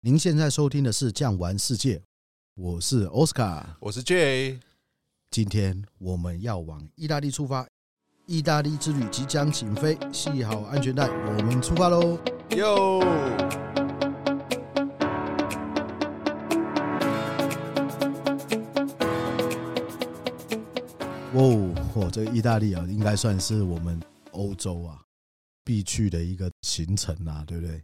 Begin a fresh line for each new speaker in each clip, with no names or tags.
您现在收听的是《酱玩世界》，我是奥斯卡。
我是 J，
今天我们要往意大利出发，意大利之旅即将起飞，系好安全带，我们出发喽！
哟，
哇哦，我这个意大利啊，应该算是我们欧洲啊必去的一个行程啊，对不对？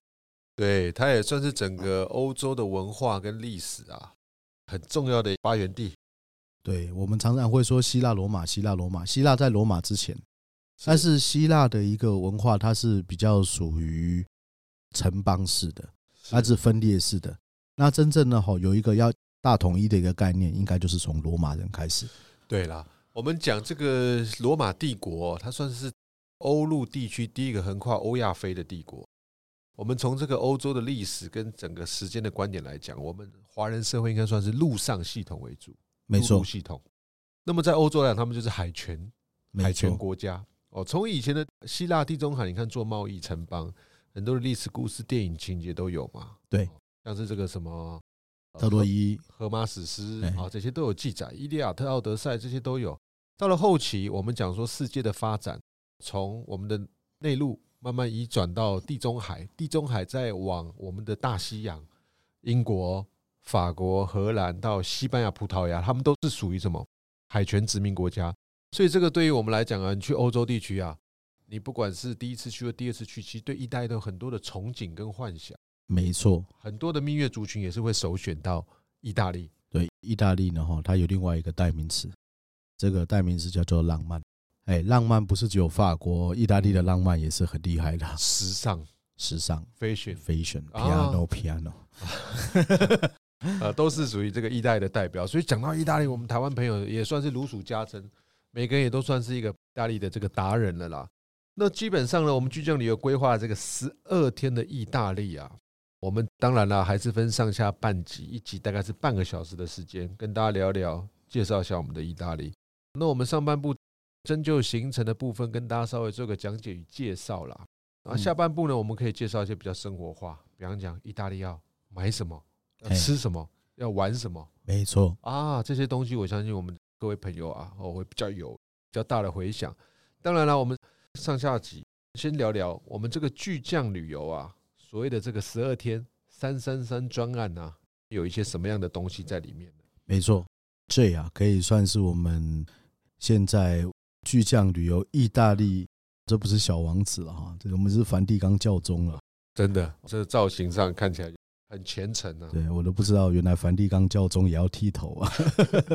对，它也算是整个欧洲的文化跟历史啊，很重要的发源地。
对，我们常常会说希腊、罗马、希腊、罗马，希腊在罗马之前，但是希腊的一个文化，它是比较属于城邦式的，它是分裂式的。那真正的哈，有一个要大统一的一个概念，应该就是从罗马人开始。
对啦，我们讲这个罗马帝国哦、它算是欧陆地区第一个横跨欧亚非的帝国。我们从这个欧洲的历史跟整个时间的观点来讲，我们华人社会应该算是陆上系统为主，
没
陆
错
路，系统。那么在欧洲来讲，他们就是海权海
没
权
错，
国家哦。从以前的希腊地中海，你看做贸易城邦，很多的历史故事、电影情节都有嘛。
对
哦，像是这个什么
特洛、伊
呃荷荷马史诗
哎
啊、这些都有记载，《伊利亚特》《奥德赛》这些都有。到了后期，我们讲说世界的发展，从我们的内陆慢慢移转到地中海，地中海再往我们的大西洋，英国、法国、荷兰到西班牙、葡萄牙，他们都是属于什么海权殖民国家。所以这个对于我们来讲啊，你去欧洲地区啊，你不管是第一次去或第二次去，其实对一带都有很多的憧憬跟幻想。
没错。
很多的蜜月族群也是会首选到意大利。
对，意大利呢哈，它有另外一个代名词，这个代名词叫做浪漫。哎，浪漫不是只有法国，意大利的浪漫也是很厉害的，
时尚
时尚、
fashion
fashion、
啊
piano、piano。
呃，都是属于这个一代的代表。所以讲到意大利，我们台湾朋友也算是如数家珍，每个人也都算是一个意大利的这个达人了啦。那基本上呢，我们巨匠旅游规划这个十二天的意大利啊，我们当然啦还是分上下半集，一集大概是半个小时的时间，跟大家聊聊，介绍一下我们的意大利。那我们上半部针灸行程的部分，跟大家稍微做个讲解与介绍啦。然后下半部呢，我们可以介绍一些比较生活化，比方讲意大利要买什么，要
嘿
吃什么，要玩什么
没错，
啊，这些东西我相信我们各位朋友啊，哦，会比较有比较大的回响。当然了，我们上下集先聊聊我们这个巨匠旅游啊，所谓的这个十二天三三三专案啊，有一些什么样的东西在里面呢？
没错，这啊可以算是我们现在巨匠旅游意大利，这不是小王子了哈，这我们是梵蒂冈教宗了。
真的，这个造型上看起来很虔诚啊，
对我都不知道，原来梵蒂冈教宗也要剃头啊。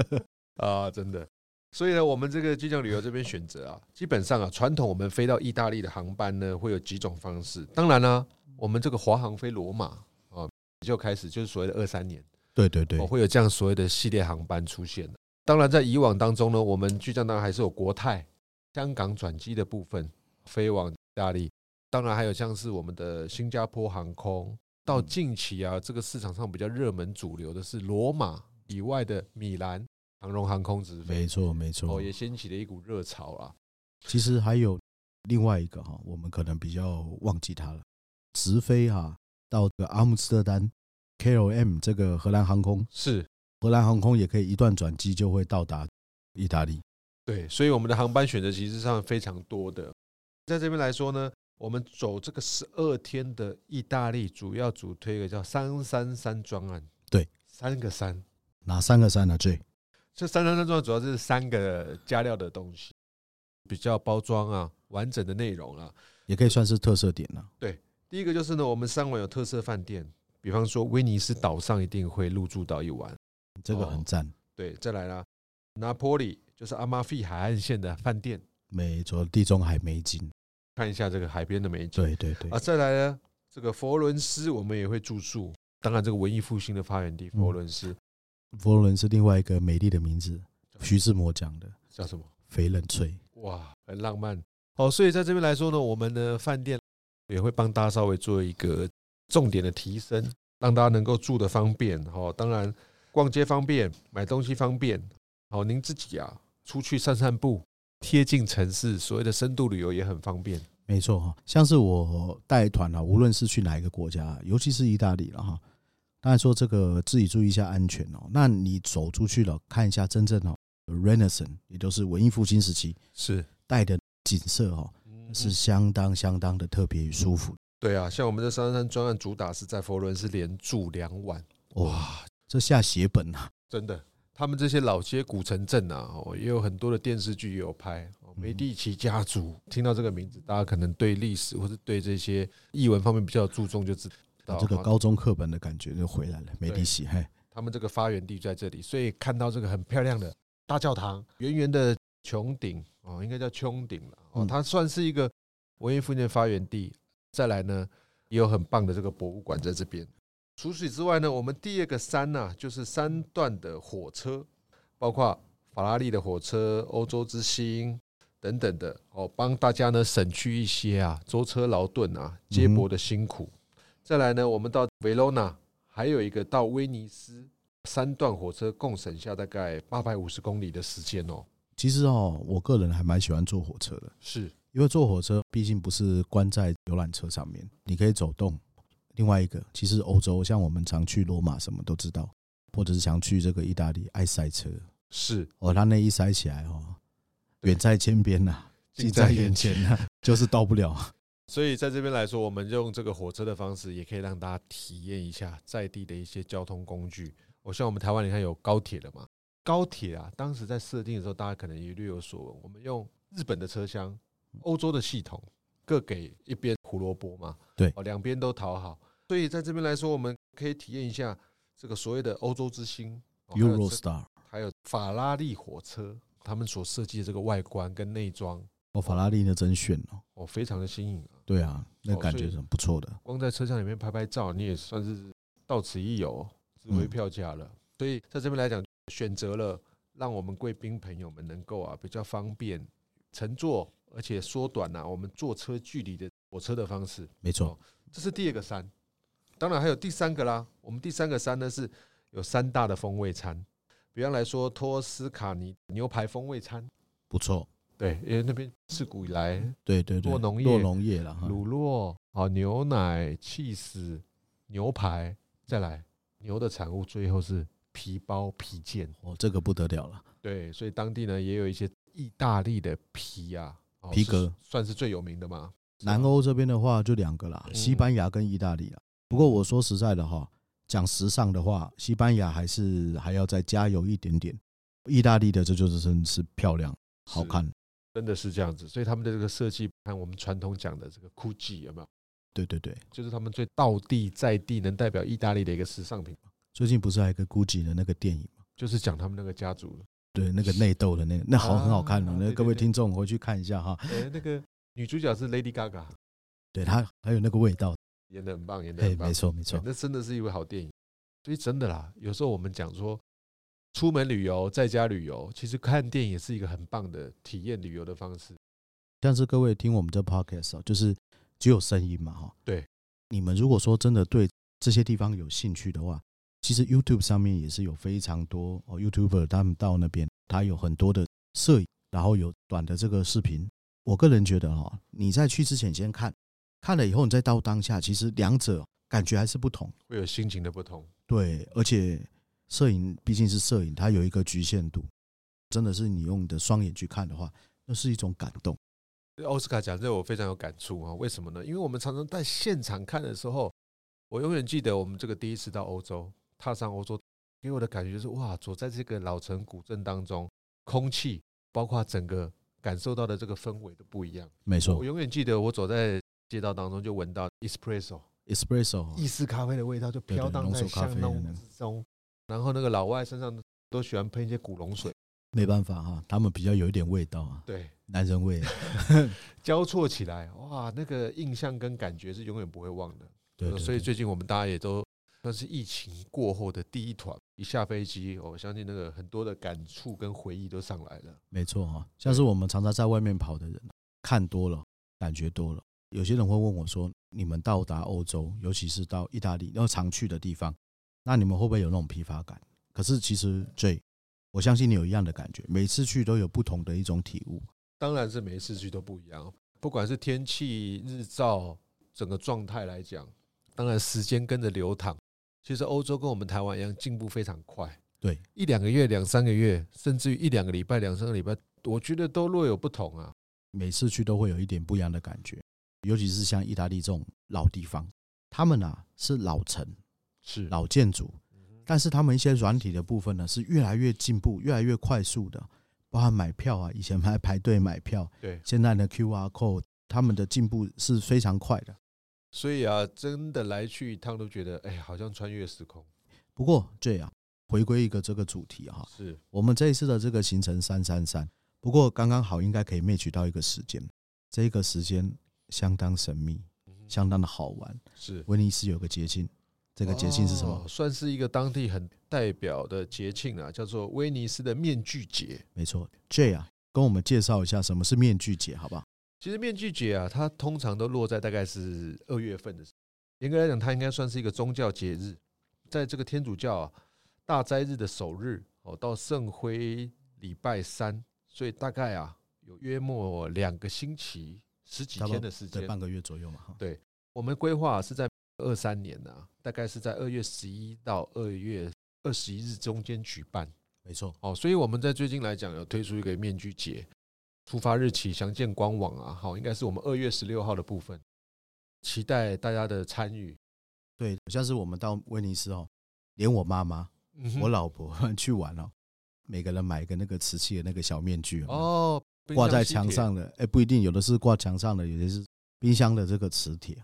啊，真的。所以呢，我们这个机匠旅游这边选择啊，基本上啊，传统我们飞到意大利的航班呢，会有几种方式。当然啦、我们这个华航飞罗马啊，就开始就是所谓的二三年，
对对对
哦，，会有这样所谓的系列航班出现。当然，在以往当中呢，我们巨匠当然还是有国泰、香港转机的部分飞往意大利，当然还有像是我们的新加坡航空。到
嗯
近期啊，这个市场上比较热门主流的是罗马以外的米兰、长荣航空直飞
没，错没
哦，
错
也。掀起了一股热潮啦。
其实还有另外一个哈，我们可能比较忘记它了，直飞哈、到这个阿姆斯特丹 KLM 这个荷兰航空，
是
荷兰航空也可以一段转机就会到达意大利。
对，所以我们的航班选择其实上非常多的。在这边来说呢，我们走这个十二天的意大利，主要主推一个叫“三三三”专案。
对，
三个三，
哪三啊个山呢、最
这“三三三”专案主要就是三个加料的东西，比较包装啊，完整的内容啊。
也可以算是特色点了、
第一个就是呢，我们三晚有特色饭店，比方说威尼斯岛上一定会入住到一晚。
这个很赞。
对，再来啦，拿坡里就是阿马菲海岸线的饭店，
没错，地中海美景。
看一下这个海边的美景。
对对对，
啊，再来呢，这个佛伦斯我们也会住宿，当然这个文艺复兴的发源地佛伦斯、
佛罗伦是另外一个美丽的名字，徐志摩讲的
叫什么？
“翡冷翠
哇，很浪漫。好，哦所以在这边来说呢，我们的饭店也会帮大家稍微做一个重点的提升，让大家能够住的方便。哦，当然逛街方便，买东西方便。好，您自己啊出去散散步，贴近城市，所谓的深度旅游也很方便。”。
没错哈，像是我带团啊，无论是去哪一个国家，尤其是意大利了哈，当然说这个自己注意一下安全哦。那你走出去了，看一下真正哦，Renaissance，也就是文艺复兴时期
是
带的景色哦，是相当相当的特别与舒服。
嗯对啊，像我们这三三专案主打是在佛罗伦斯连住两晚，
哇，这下血本啊！
真的，他们这些老街古城镇啊，哦，也有很多的电视剧也有拍。哦
嗯
梅第奇家族，听到这个名字，大家可能对历史或者对这些译文方面比较注重，就知道
这个
哦
高中课本的感觉就回来了，没利息嘿。
他们这个发源地在这里，所以看到这个很漂亮的大教堂，圆圆的穹顶哦，应该叫穹顶了哦，
嗯
它算是一个文艺复兴发源地。再来呢，也有很棒的这个博物馆在这边。除此之外呢，我们第二个山呢、就是三段的火车，包括法拉利的火车、欧洲之星等等的哦，帮大家呢省去一些啊舟车劳顿啊接驳的辛苦。再来呢，我们到维罗纳，还有一个到威尼斯，三段火车共省下大概八百五十公里的时间哦。
其实哦，我个人还蛮喜欢坐火车的，
是
因为坐火车毕竟不是关在游览车上面，你可以走动。另外一个，其实欧洲像我们常去罗马，什么都知道，或者是常去这个意大利，爱塞车
是，
哦，他那一塞起来哦，远在千边呐、近在眼前呐、 就是到不
哦
了。
所以在这边来说，我们用这个火车的方式，也可以让大家体验一下在地的一些交通工具。我、像我们台湾，你看有高铁了嘛？高铁啊，当时在设定的时候，大家可能也略有所闻。我们用日本的车厢、
嗯
欧洲的系统，各给一边胡萝卜嘛，
对
哦，两边都讨好。所以在这边来说，我们可以体验一下这个所谓的欧洲之星、哦还有这
Eurostar
还有法拉利火车，他们所设计的这个外观跟内装，
哦，法拉利那真炫哦，
哦，非常的新颖啊。
对啊，那
哦
感觉
所以
是很不错的。
光在车厢里面拍拍照，你也算是到此一游，值回票价了。所以在这边来讲，选择了让我们贵宾朋友们能够啊比较方便乘坐，而且缩短啊我们坐车距离的火车的方式。
没错，
这是第二个山，当然还有第三个啦。我们第三个山呢是有三大的风味餐，比方来说托斯卡尼牛排风味餐，
不错，
对，因为那边自古以来
对对对，
洛农业
洛农业了哈，
乳酪、好哦牛奶、cheese、牛排，再来牛的产物，最后是皮包皮件。
哦，这个不得了了。
对，所以当地呢也有一些意大利的皮啊，哦
皮革
是算是最有名的嘛。是吧
南欧这边的话就两个啦，
嗯
西班牙跟意大利啦。不过我说实在的哈，讲时尚的话，西班牙还是还要再加油一点点。意大利的这就是真是漂亮好
是
看，
真的是这样子，所以他们的这个设计，看我们传统讲的这个 Gucci 有没有，
对对对。
就是他们最道地在地能代表意大利的一个时尚品牌，
最近不是还有一个 GUCCI 的那个电影吗？
就是讲他们那个家族，
对，那个内斗的那个，那好
啊
很好看哦。
对
那
对
各位
对
听众回去看一下哈，
哎，那个女主角是 Lady Gaga，
对它还有那个味道，
演的很棒，演的
哎，
很棒
没。错没错
欸，那真的是一部好电影。所以真的啦，有时候我们讲说，出门旅游、在家旅游，其实看电影也是一个很棒的体验旅游的方式。
但是各位听我们这 podcast 哦，就是只有声音嘛哈。
对，
你们如果说真的对这些地方有兴趣的话，其实 YouTube 上面也是有非常多哦 YouTuber 他们到那边，他有很多的摄影，然后有短的这个视频。我个人觉得哈、哦，你在去之前先看，看了以后你再到当下，其实两者感觉还是不同。
会有心情的不同，
对，而且摄影毕竟是摄影，它有一个局限度，真的是你用你的双眼去看的话，那是一种感动。
奥斯卡讲这个我非常有感触啊！为什么呢？因为我们常常在现场看的时候，我永远记得我们这个第一次到欧洲，踏上欧洲，给我的感觉就是哇，走在这个老城古镇当中，空气包括整个感受到的这个氛围都不一样。
没错
我永远记得我走在街道当中就闻到 espresso。
，espresso 哦
意式咖啡的味道就
对对
飘荡
浓
在
缩咖
香
啡的
浓
那个
之中。然后那个老外身上都喜欢喷一些古龙水，
没办法哈、他们比较有一点味道啊，
对，
男人味。啊
交错起来，哇，那个印象跟感觉是永远不会忘的。
对对
所以
对
最近我们大家也都算是疫情过后的第一团，一下飞机，哦我相信那个很多的感触跟回忆都上来了。
没错哈、像是我们常常在外面跑的人，看多了，感觉多了。有些人会问我说：“你们到达欧洲，尤其是到意大利，然后常去的地方，那你们会不会有那种疲乏感？”可是其实 J，我相信你有一样的感觉，每次去都有不同的一种体悟。
当然是每一次去都不一样，不管是天气、日照、整个状态来讲，当然时间跟着流淌，其实欧洲跟我们台湾一样进步非常快，
对，
一两个月、两三个月，甚至于一两个礼拜、两三个礼拜，我觉得都若有不同啊。
每次去都会有一点不一样的感觉，尤其是像意大利这种老地方，他们啊是老城、
是
老建筑，但是他们一些软体的部分呢是越来越进步、越来越快速的，包含买票啊，以前还排队买票，
对，
现在的 QR code，他们的进步是非常快的。
所以啊，真的来去一趟都觉得，哎，好像穿越时空。
不过这样回归一个这个主题哈、
是，
我们这一次的这个行程三三三，不过刚刚好应该可以 match 到一个时间，这个时间相当神秘，相当的好玩。
是
威尼斯有个节庆，这个节庆是什么？
哦算是一个当地很代表的节庆啊，叫做威尼斯的面具节。
没错，J 啊，跟我们介绍一下什么是面具节，好不好？
其实面具节啊，它通常都落在大概是二月份的时候。严格来讲，它应该算是一个宗教节日，在这个天主教啊大斋日的首日哦，到圣辉礼拜三，所以大概啊有约莫两个星期十几
差不多
天的时
对，
间。
半个月左右嘛。哈
对我们规划是在二三年啊，大概是在二月十一到二月二十一日中间举办。
没错，
哦，所以我们在最近来讲有推出一个面具节，出发日期详见官网啊，好，应该是我们二月十六号的部分，期待大家的参与。
对，像是我们到威尼斯哦，连我妈妈、
嗯哼
我老婆 去玩哦，每个人买一个那个瓷器的那个小面具有没有
哦，冰
挂
箱
在
吸
墙
铁，
上的，哎，不一定，有的是挂墙上的，有的是冰箱的这个磁铁。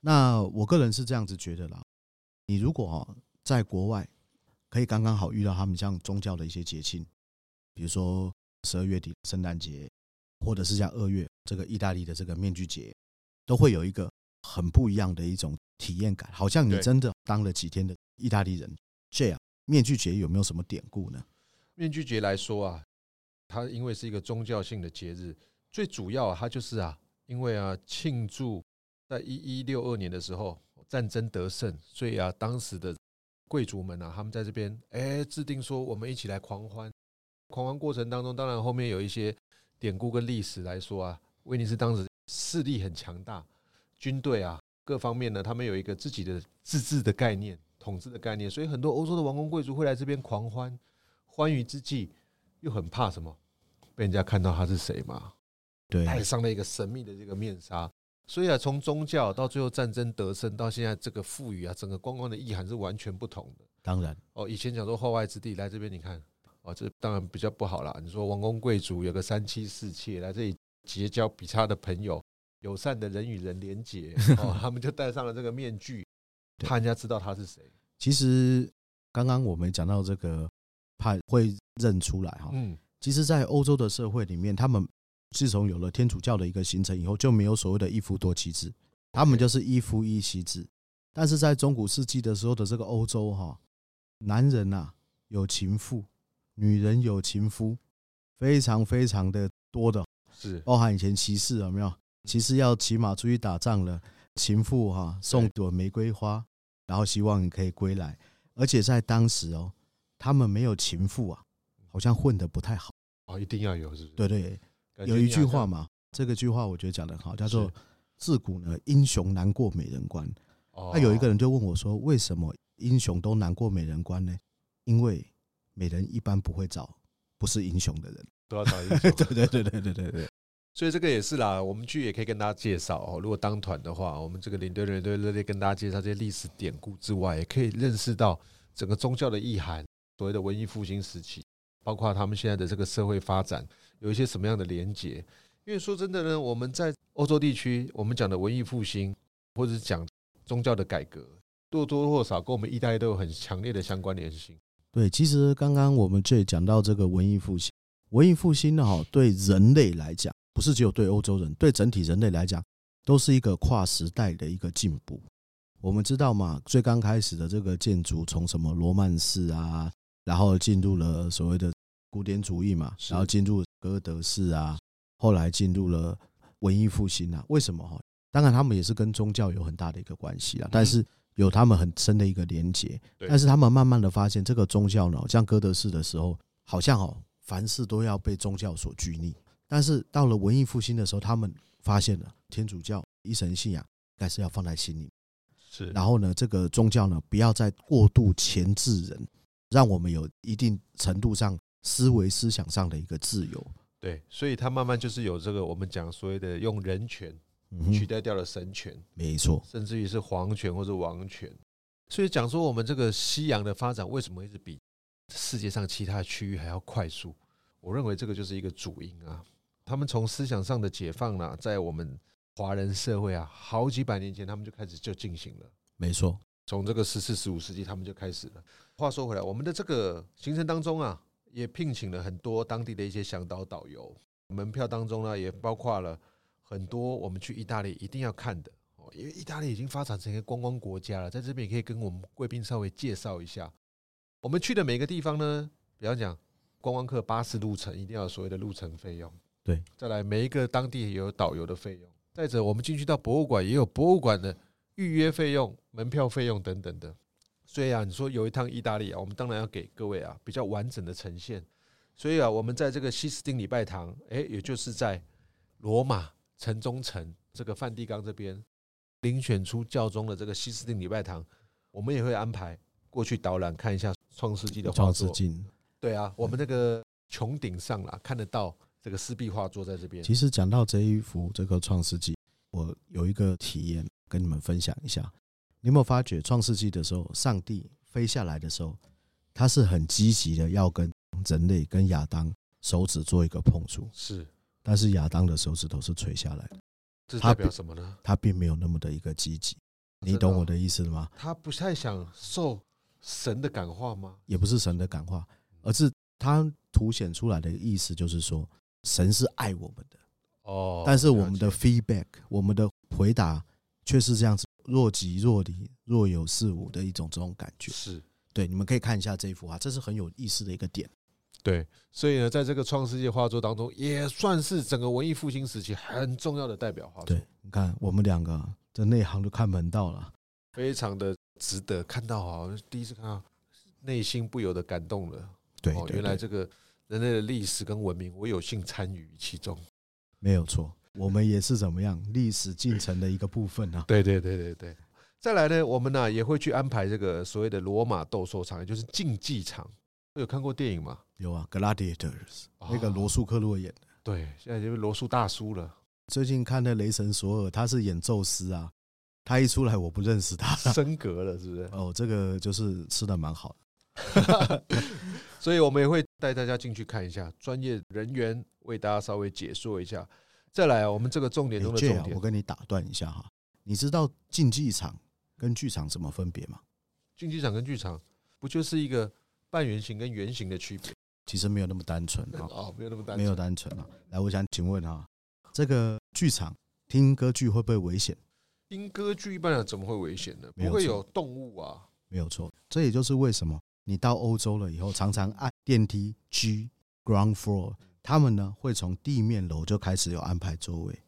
那我个人是这样子觉得啦，你如果、哦、在国外，可以刚刚好遇到他们像宗教的一些节庆，比如说十二月底圣诞节，或者是像二月这个意大利的这个面具节，都会有一个很不一样的一种体验感，好像你
对
真的当了几天的意大利人。这样、面具节有没有什么典故呢？
面具节来说啊，它因为是一个宗教性的节日，最主要、啊、它就是啊，因为啊庆祝在一一六二年的时候战争得胜，所以啊当时的贵族们啊，他们在这边哎制定说我们一起来狂欢，狂欢过程当中，当然后面有一些典故跟历史来说啊，威尼斯当时势力很强大，军队啊各方面呢，他们有一个自己的自治的概念、统治的概念，所以很多欧洲的王公贵族会来这边狂欢。欢愉之际，又很怕什么？被人家看到他是谁嘛？
对，
戴上了一个神秘的这个面纱。所以啊，从宗教到最后战争得胜，到现在这个赋予啊，整个观光的意涵是完全不同的。
当然
哦，以前讲说化外之地，来这边你看，哦，这当然比较不好啦。你说王公贵族有个三妻四妾，来这里结交比他的朋友，友善的人与人连结， 哦，他们就戴上了这个面具，
对
怕人家知道他是谁。
其实刚刚我们讲到这个怕会认出来哈，
嗯，
其实，在欧洲的社会里面，他们自从有了天主教的一个形成以后，就没有所谓的一夫多妻制，他们就是一夫一妻制。但是在中古世纪的时候的这个欧洲哈，男人呐、有情妇，女人有情夫，非常非常的多的，
是
包含以前骑士有没有？骑士要骑马出去打仗了，情妇哈、送朵玫瑰花，然后希望你可以归来。而且在当时哦，他们没有情妇啊，好像混得不太好。
哦，一定要有，是不是？
对对，
感觉
有
你
一
好
句
像
话嘛，这个句话我觉得讲得好，叫做
是
“自古呢英雄难过美人关”。
哦
那有一个人就问我说：“为什么英雄都难过美人关呢？”因为美人一般不会找不是英雄的人。。
都要找英雄
对对对对对对对，
所以这个也是啦，我们去也可以跟大家介绍哦。如果当团的话，我们这个领队人队热烈跟大家介绍这些历史典故之外，也可以认识到整个宗教的意涵，所谓的文艺复兴时期，包括他们现在的这个社会发展有一些什么样的连结。因为说真的呢，我们在欧洲地区，我们讲的文艺复兴，或者是讲宗教的改革，或多或少跟我们一代都有很强烈的相关联性。
对，其实刚刚我们这讲到这个文艺复兴，文艺复兴呢，哈，对人类来讲，不是只有对欧洲人，对整体人类来讲，都是一个跨时代的一个进步。我们知道嘛，最刚开始的这个建筑，从什么罗曼式啊，然后进入了所谓的古典主义嘛，
是
然后进入哥德式啊，后来进入了文艺复兴啊。为什么哈？当然，他们也是跟宗教有很大的一个关系啊，但是有他们很深的一个连结。
嗯对
但是他们慢慢的发现，这个宗教呢，像哥德式的时候，好像哦，凡事都要被宗教所拘泥。但是到了文艺复兴的时候，他们发现了天主教一神信仰，应该是要放在心里。
是，
然后呢，这个宗教呢，不要再过度钳制人，让我们有一定程度上思维思想上的一个自由。
对，所以他慢慢就是有这个我们讲所谓的用人权
嗯哼
取代掉了神权，
没错，
甚至于是皇权或者王权。所以讲说我们这个西洋的发展为什么一直比世界上其他区域还要快速？我认为这个就是一个主因啊。他们从思想上的解放啦、在我们华人社会啊，好几百年前他们就开始就进行了。
没错，
从这个十四、十五世纪，他们就开始了。话说回来，我们的这个行程当中啊，也聘请了很多当地的一些向导导游，门票当中呢，也包括了很多我们去意大利一定要看的哦，因为意大利已经发展成一个观光国家了，在这边也可以跟我们贵宾稍微介绍一下。我们去的每个地方呢，比方讲观光客巴士路程一定要有所谓的路程费用，
对，
再来每一个当地也有导游的费用，再者我们进去到博物馆也有博物馆的预约费用、门票费用等等的。所以啊，你说有一趟意大利啊，我们当然要给各位啊比较完整的呈现。所以啊，我们在这个西斯丁礼拜堂，诶，也就是在罗马城中城这个梵蒂冈这边，遴选出教宗的这个西斯丁礼拜堂，我们也会安排过去导览看一下创世纪的画
创
作
世。纪。
对啊，我们那个穹顶上啦，看得到这个四壁画作在这边。
其实讲到这一幅这个创世纪，我有一个体验跟你们分享一下。你有没有发觉创世纪的时候，上帝飞下来的时候，他是很积极的要跟人类跟亚当手指做一个碰触，
是，
但是亚当的手指头是垂下来的，
这
他
代表
比
什么呢？
他并没有那么的一个积极。你
真
懂我
哦
的意思吗？
他不太想受神的感化吗？
也不是神的感化，而是他凸显出来的意思就是说，神是爱我们的，
哦
但是我们的 feedback，我们的回答却是这样子若即若离、若有似无的一种这种感觉。
是
对，你们可以看一下这一幅画，这是很有意思的一个点。
对，所以呢，在这个创世纪画作当中，也算是整个文艺复兴时期很重要的代表画作
对，，你看我们两个这内行都看门道了。
非常的值得看到啊！第一次看到，内心不由得感动了。
对
哦，，
对
原来
对
这个人类的历史跟文明，我有幸参与其中。
没有错，我们也是怎么样历史进程的一个部分啊。
对对对对对。再来呢，我们呢、也会去安排这个所谓的罗马斗兽场，也就是竞技场。有看过电影吗？
有啊，Gladiators
哦
那个罗素克洛演的。
对，现在就是罗素大 叔了，
最近看那《雷神索尔》，他是演宙斯啊，他一出来我不认识他。
升格了，是不是？
哦，这个就是吃的蛮好的。
所以我们也会带大家进去看一下，专业人员为大家稍微解说一下。再来、啊，我们这个重点中的
J
重
啊，我
点，
跟你打断一下哈，你知道竞技场跟剧场怎么分别吗？
竞技场跟剧场不就是一个半圆形跟圆形的区别？
其实没有那么单纯啊，
哦，没有那么单纯，
没有单纯啊。来，我想请问啊，这个剧场听歌剧会不会危险？
听歌剧一般啊人怎么会危险呢？
没有
不会
错
有动物啊，
没有错，这也就是为什么你到欧洲了以后，常常按电梯 G ground floor，他们呢会从地面楼就开始有安排座位，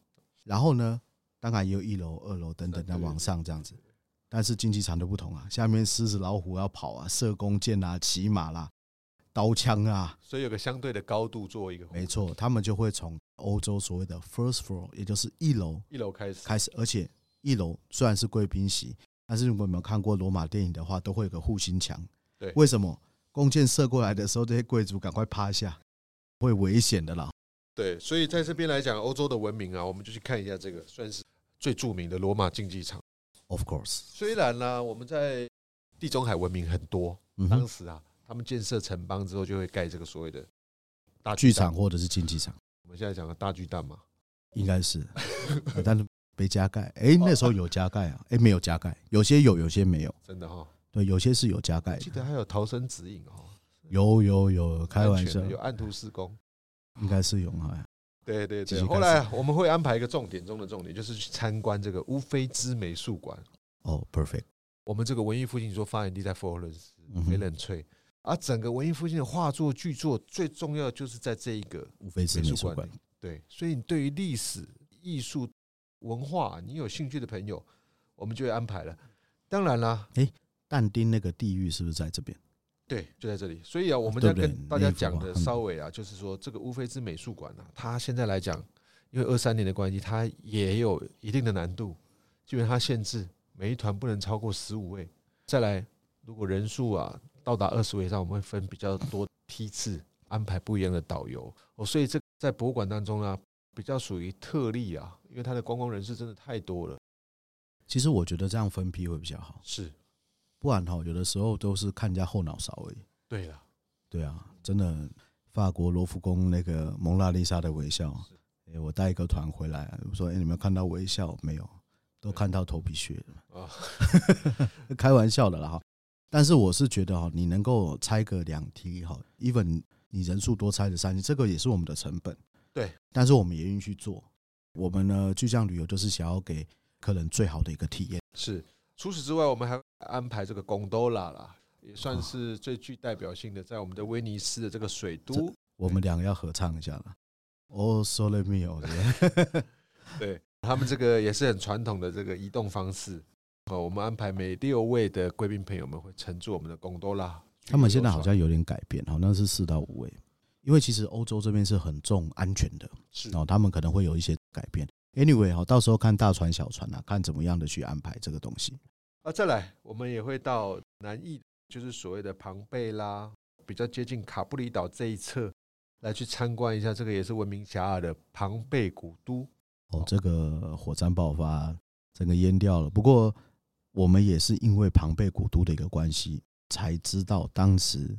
然后呢，当然也有一楼、二楼等等，再往上这样子。但是竞技场就不同啊，下面狮子、老虎要跑啊，射弓箭啊，骑马啦，刀枪啊，
所以有个相对的高度做一个
没错，他们就会从欧洲所谓的 first floor，也就是一楼
一楼开始，
开始，而且一楼虽然是贵宾席，但是如果你们有看过罗马电影的话，都会有个护心墙。
对
为什么弓箭射过来的时候，这些贵族赶快趴下，会危险的啦。
对，所以在这边来讲，欧洲的文明啊，我们就去看一下这个算是最著名的罗马竞技场。
Of course，
虽然呢、我们在地中海文明很多，
嗯
当
哼，
时啊，他们建设城邦之后就会盖这个所谓的大
剧
蛋
场。或者是竞技场，
我们现在讲的大巨蛋嘛，
应该 是，但是没加盖。哎、那时候有加盖啊？哎、没有加盖，有些有，有些没有。
真的哈、哦，
对，有些是有加盖
记
的。
得还有逃生指引哦，
有有有，开玩
安全
笑
的，有啊按图施工。
应该是有啊。
对对
继
对，
续
后
开
来
始
啊我们会安排一个重点中的重点，就是去参观这个乌菲兹美术馆。
哦、p e r f e c t
我们这个文艺复兴，你说发源地在佛罗伦斯
嗯，哼
翡冷翠，而、整个文艺复兴的画作、剧作，最重要的就是在这一个
无非是
美
美
术
术
馆
馆。
对，所以你对于历史、艺术、文化，你有兴趣的朋友，我们就会安排了。当然啦，
但丁那个地狱是不是在这边？
对，就在这里。所以啊，我们
对
在
不对
跟大家讲
那一
的
幅啊
稍微啊，就是说这个乌菲兹美术馆啊，它现在来讲，因为二三年的关系，它也有一定的难度，基本上它限制每一团不能超过十五位。再来，如果人数啊到达二十位以上，我们会分比较多梯次安排不一样的导游哦。所以这在博物馆当中啊，比较属于特例啊，因为它的观光人士真的太多了。
其实我觉得这样分批会比较好，
是，
不然哈，有的时候都是看人家后脑勺而已。
对了，
对啊，真的，法国罗浮宫那个蒙娜丽莎的微笑，诶我带一个团回来，我说：“哎、你们看到微笑没有？都看到头皮屑
啊
了。” 开玩笑的啦哈。但是我是觉得哈，你能够拆个两梯哈，even 你人数多拆个三梯，这个也是我们的成本。
对，
但是我们也愿意去做。我们呢，巨匠旅游就是想要给客人最好的一个体验。
是。除此之外，我们还安排这个贡多拉啦，也算
哦
是最具代表性的，在我们的威尼斯的这个水都。
我们两个要合唱一下了。哦 s o l e m i o
对他们这个也是很传统的这个移动方式。哦，我们安排每六位的贵宾朋友们会乘坐我们的贡多拉。
他们现在好像有点改变，好像是四到五位，因为其实欧洲这边是很重安全的，
是
然后他们可能会有一些改变。Anyway，好，到时候看大船小船啊，看怎么样的去安排这个东西。
啊，再来，我们也会到南翼，就是所谓的庞贝啦，比较接近卡布里岛这一侧，来去参观一下这个也是闻名遐迩的庞贝古都。
哦，这个火山爆发，整个淹掉了。不过我们也是因为庞贝古都的一个关系，才知道当时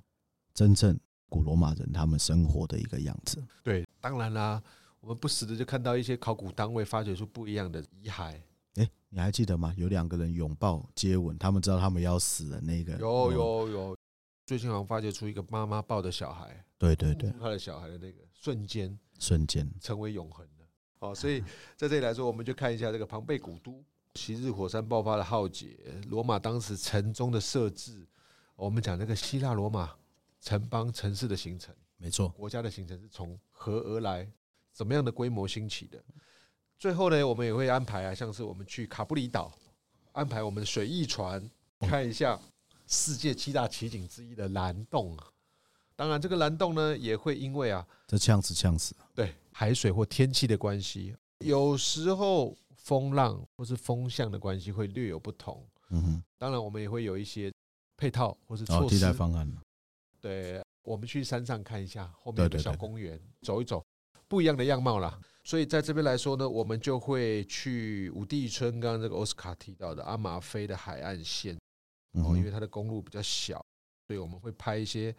真正古罗马人他们生活的一个样子。
对，当然啦，我们不时的就看到一些考古单位发掘出不一样的遗骸。
哎，你还记得吗？有两个人拥抱接吻，他们知道他们要死的那个。
有，有有，嗯最近好像发掘出一个妈妈抱的小孩，
对对对，
他的小孩的那个瞬间
瞬间。
成为永恒的。哦， 所以在这里来说，我们就看一下这个庞贝古都昔日火山爆发的浩劫，罗马当时城中的设置。哦我们讲那个希腊罗马城邦城市的形成，
没错，
国家的形成是从何而来，怎么样的规模兴起的？最后呢，我们也会安排啊，像是我们去卡布里岛，安排我们的水翼船，看一下世界七大奇景之一的蓝洞。当然，这个蓝洞呢，也会因为啊
这呛死呛死，
对海水或天气的关系，有时候风浪或是风向的关系会略有不同。
嗯哼，
当然，我们也会有一些配套或是
然后
措
哦替
施。
代方案了
对，我们去山上看一下，后面有个
对对
小
对
公园，走一走，不一样的样貌啦。所以在这边来说呢，我们就会去五地村，刚刚这个奥斯卡提到的阿马菲的海岸线。
嗯
哦，因
哼
为它的公路比较小，所以我们会派一些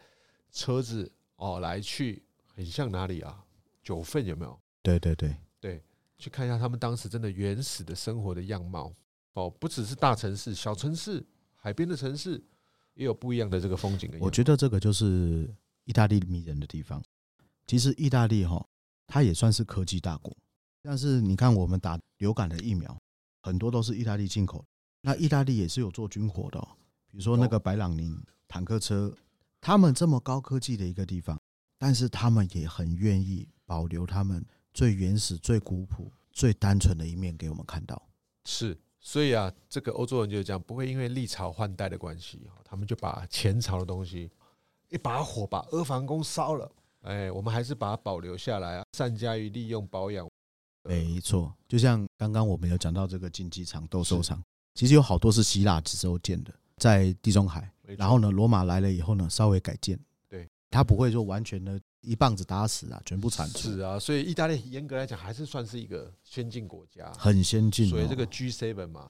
车子哦来去，很像哪里啊？九份有没有？
对对对，
去看一下他们当时真的原始的生活的样貌哦，不只是大城市，小城市、海边的城市也有不一样的这个风景跟样貌。
我觉得这个就是意大利迷人的地方。其实意大利哈，它也算是科技大国，但是你看我们打流感的疫苗，很多都是意大利进口的。那意大利也是有做军火的、哦，比如说那个白朗宁坦克车，他们这么高科技的一个地方，但是他们也很愿意保留他们最原始、最古朴、最单纯的一面给我们看到。
是，所以啊，这个欧洲人就是这样，不会因为历朝换代的关系，哦他们就把前朝的东西一把火把阿房宫烧了。哎，我们还是把它保留下来啊，善加于利用保养。呃
没错，就像刚刚我们有讲到这个竞技场、斗兽场，其实有好多是希腊之后建的，在地中海。
没错
然后呢，罗马来了以后呢，稍微改建。
对，
它不会说完全的一棒子打死啊，全部铲除，
是啊，所以意大利严格来讲还是算是一个先进国家，
很先进、哦。
所以这个 G seven 嘛，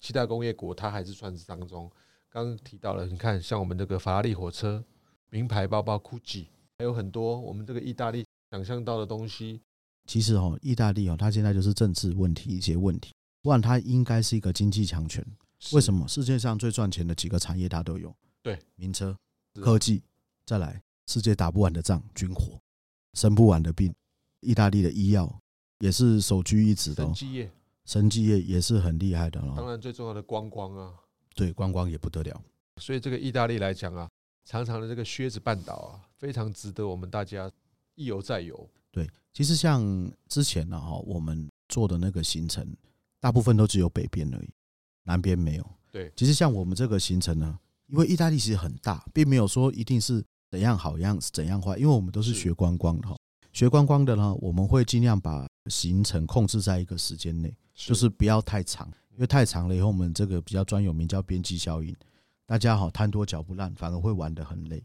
七大工业国它还是算是当中。刚刚提到了，你看像我们这个法拉利火车、名牌包包 GUCCI，还有很多我们这个意大利想象到的东西，
其实哦，意大利哦，它现在就是政治问题一些问题，不然它应该是一个经济强权。为什
么？
么？世界上最赚钱的几个产业它都有，
对，
名车、
是
科技，再来世界打不完的仗，军火，生不完的病，意大利的医药也是首屈一指的、
生
哦，
技业，
生技业也是很厉害的
当
哦。
然最重要的观光啊。
对，观光也不得了。
所以这个意大利来讲啊，长长的这个靴子半岛啊，非常值得我们大家一游再游。
对，其实像之前呢，哈，我们做的那个行程，大部分都只有北边而已，南边没有。
对，
其实像我们这个行程呢，因为意大利其实很大，并没有说一定是怎样好样怎样坏，因为我们都是
是
学观光的哈。学观光的呢，我们会尽量把行程控制在一个时间内，就是不要太长，因因为太长了以后，我们这个比较专有名叫边际效应，大家好贪多嚼不烂，反而会玩得很累。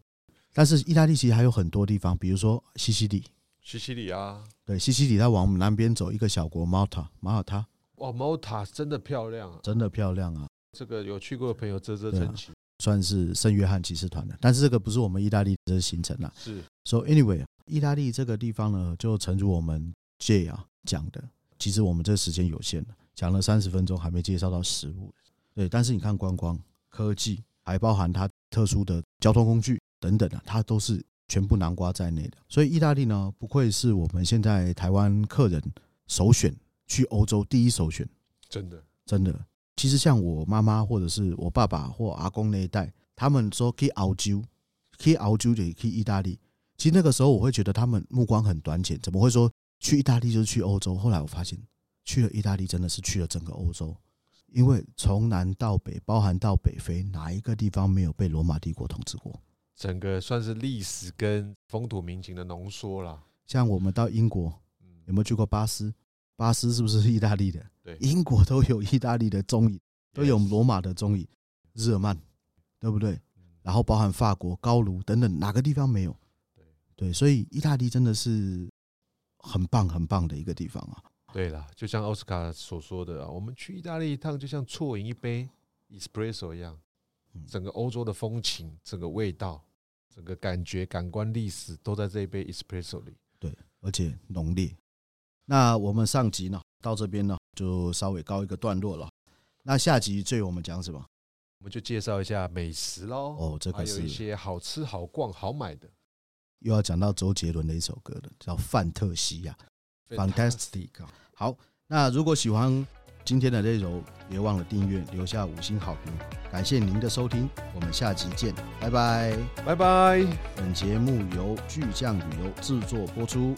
但是意大利其实还有很多地方，比如说西西里，
西西里啊，
对，西西里它往我们南边走一个小国马尔他，马耳他
哇，Malta 真的漂亮啊！
真的漂亮啊，
这个有去过的朋友啧啧
对啊
称奇，
算是圣约翰骑士团的。但是这个不是我们意大利的行程啦。
是
So anyway，意啊大利这个地方呢，就诚如我们 J 啊讲的，其实我们这时间有限了，讲了三十分钟还没介绍到食物。对，但是你看观光、科技，还包含它特殊的交通工具等等啊，它都是全部南瓜在内的。所以意大利呢，不愧是我们现在台湾客人首选去欧洲第一首选。
真的。
真的。其实像我妈妈或者是我爸爸或阿公那一代，他们说可以熬酒，可以熬酒也可以意大利。其实那个时候我会觉得他们目光很短浅，怎么会说去意大利就是去欧洲？后来我发现去了意大利真的是去了整个欧洲，因为从南到北，包含到北非，哪一个地方没有被罗马帝国统治过？
整个算是历史跟风土民情的浓缩啦。
像我们到英国，有
嗯，
没有去过巴斯？巴斯是不是意大利的？
对
英国都有意大利的踪影，都有
Yes 嗯
罗马的踪影，日耳曼，对不对？然后包含法国、高卢等等，哪个地方没有？对，所以意大利真的是很棒、很棒的一个地方啊！
对啦，就像奥斯卡所说的、啊，我们去意大利一趟，就像错饮一杯 espresso 一样
嗯，
整个欧洲的风情、整个味道、整个感觉、感官、历史都在这一杯 espresso 里。
而且浓烈。那我们上集呢，到这边呢就稍微告一个段落了。那下集最我们讲什么？
我们就介绍一下美食喽，
哦，这
还
个
有
是
一些好吃、好逛、好买的。
又要讲到周杰伦的一首歌了，叫《范特西》啊。Fantastic 啊。好，那如果喜欢今天的内容，别忘了订阅，留下五星好评。感谢您的收听，我们下集见，拜拜。
拜拜。
本节目由巨匠旅游制作播出。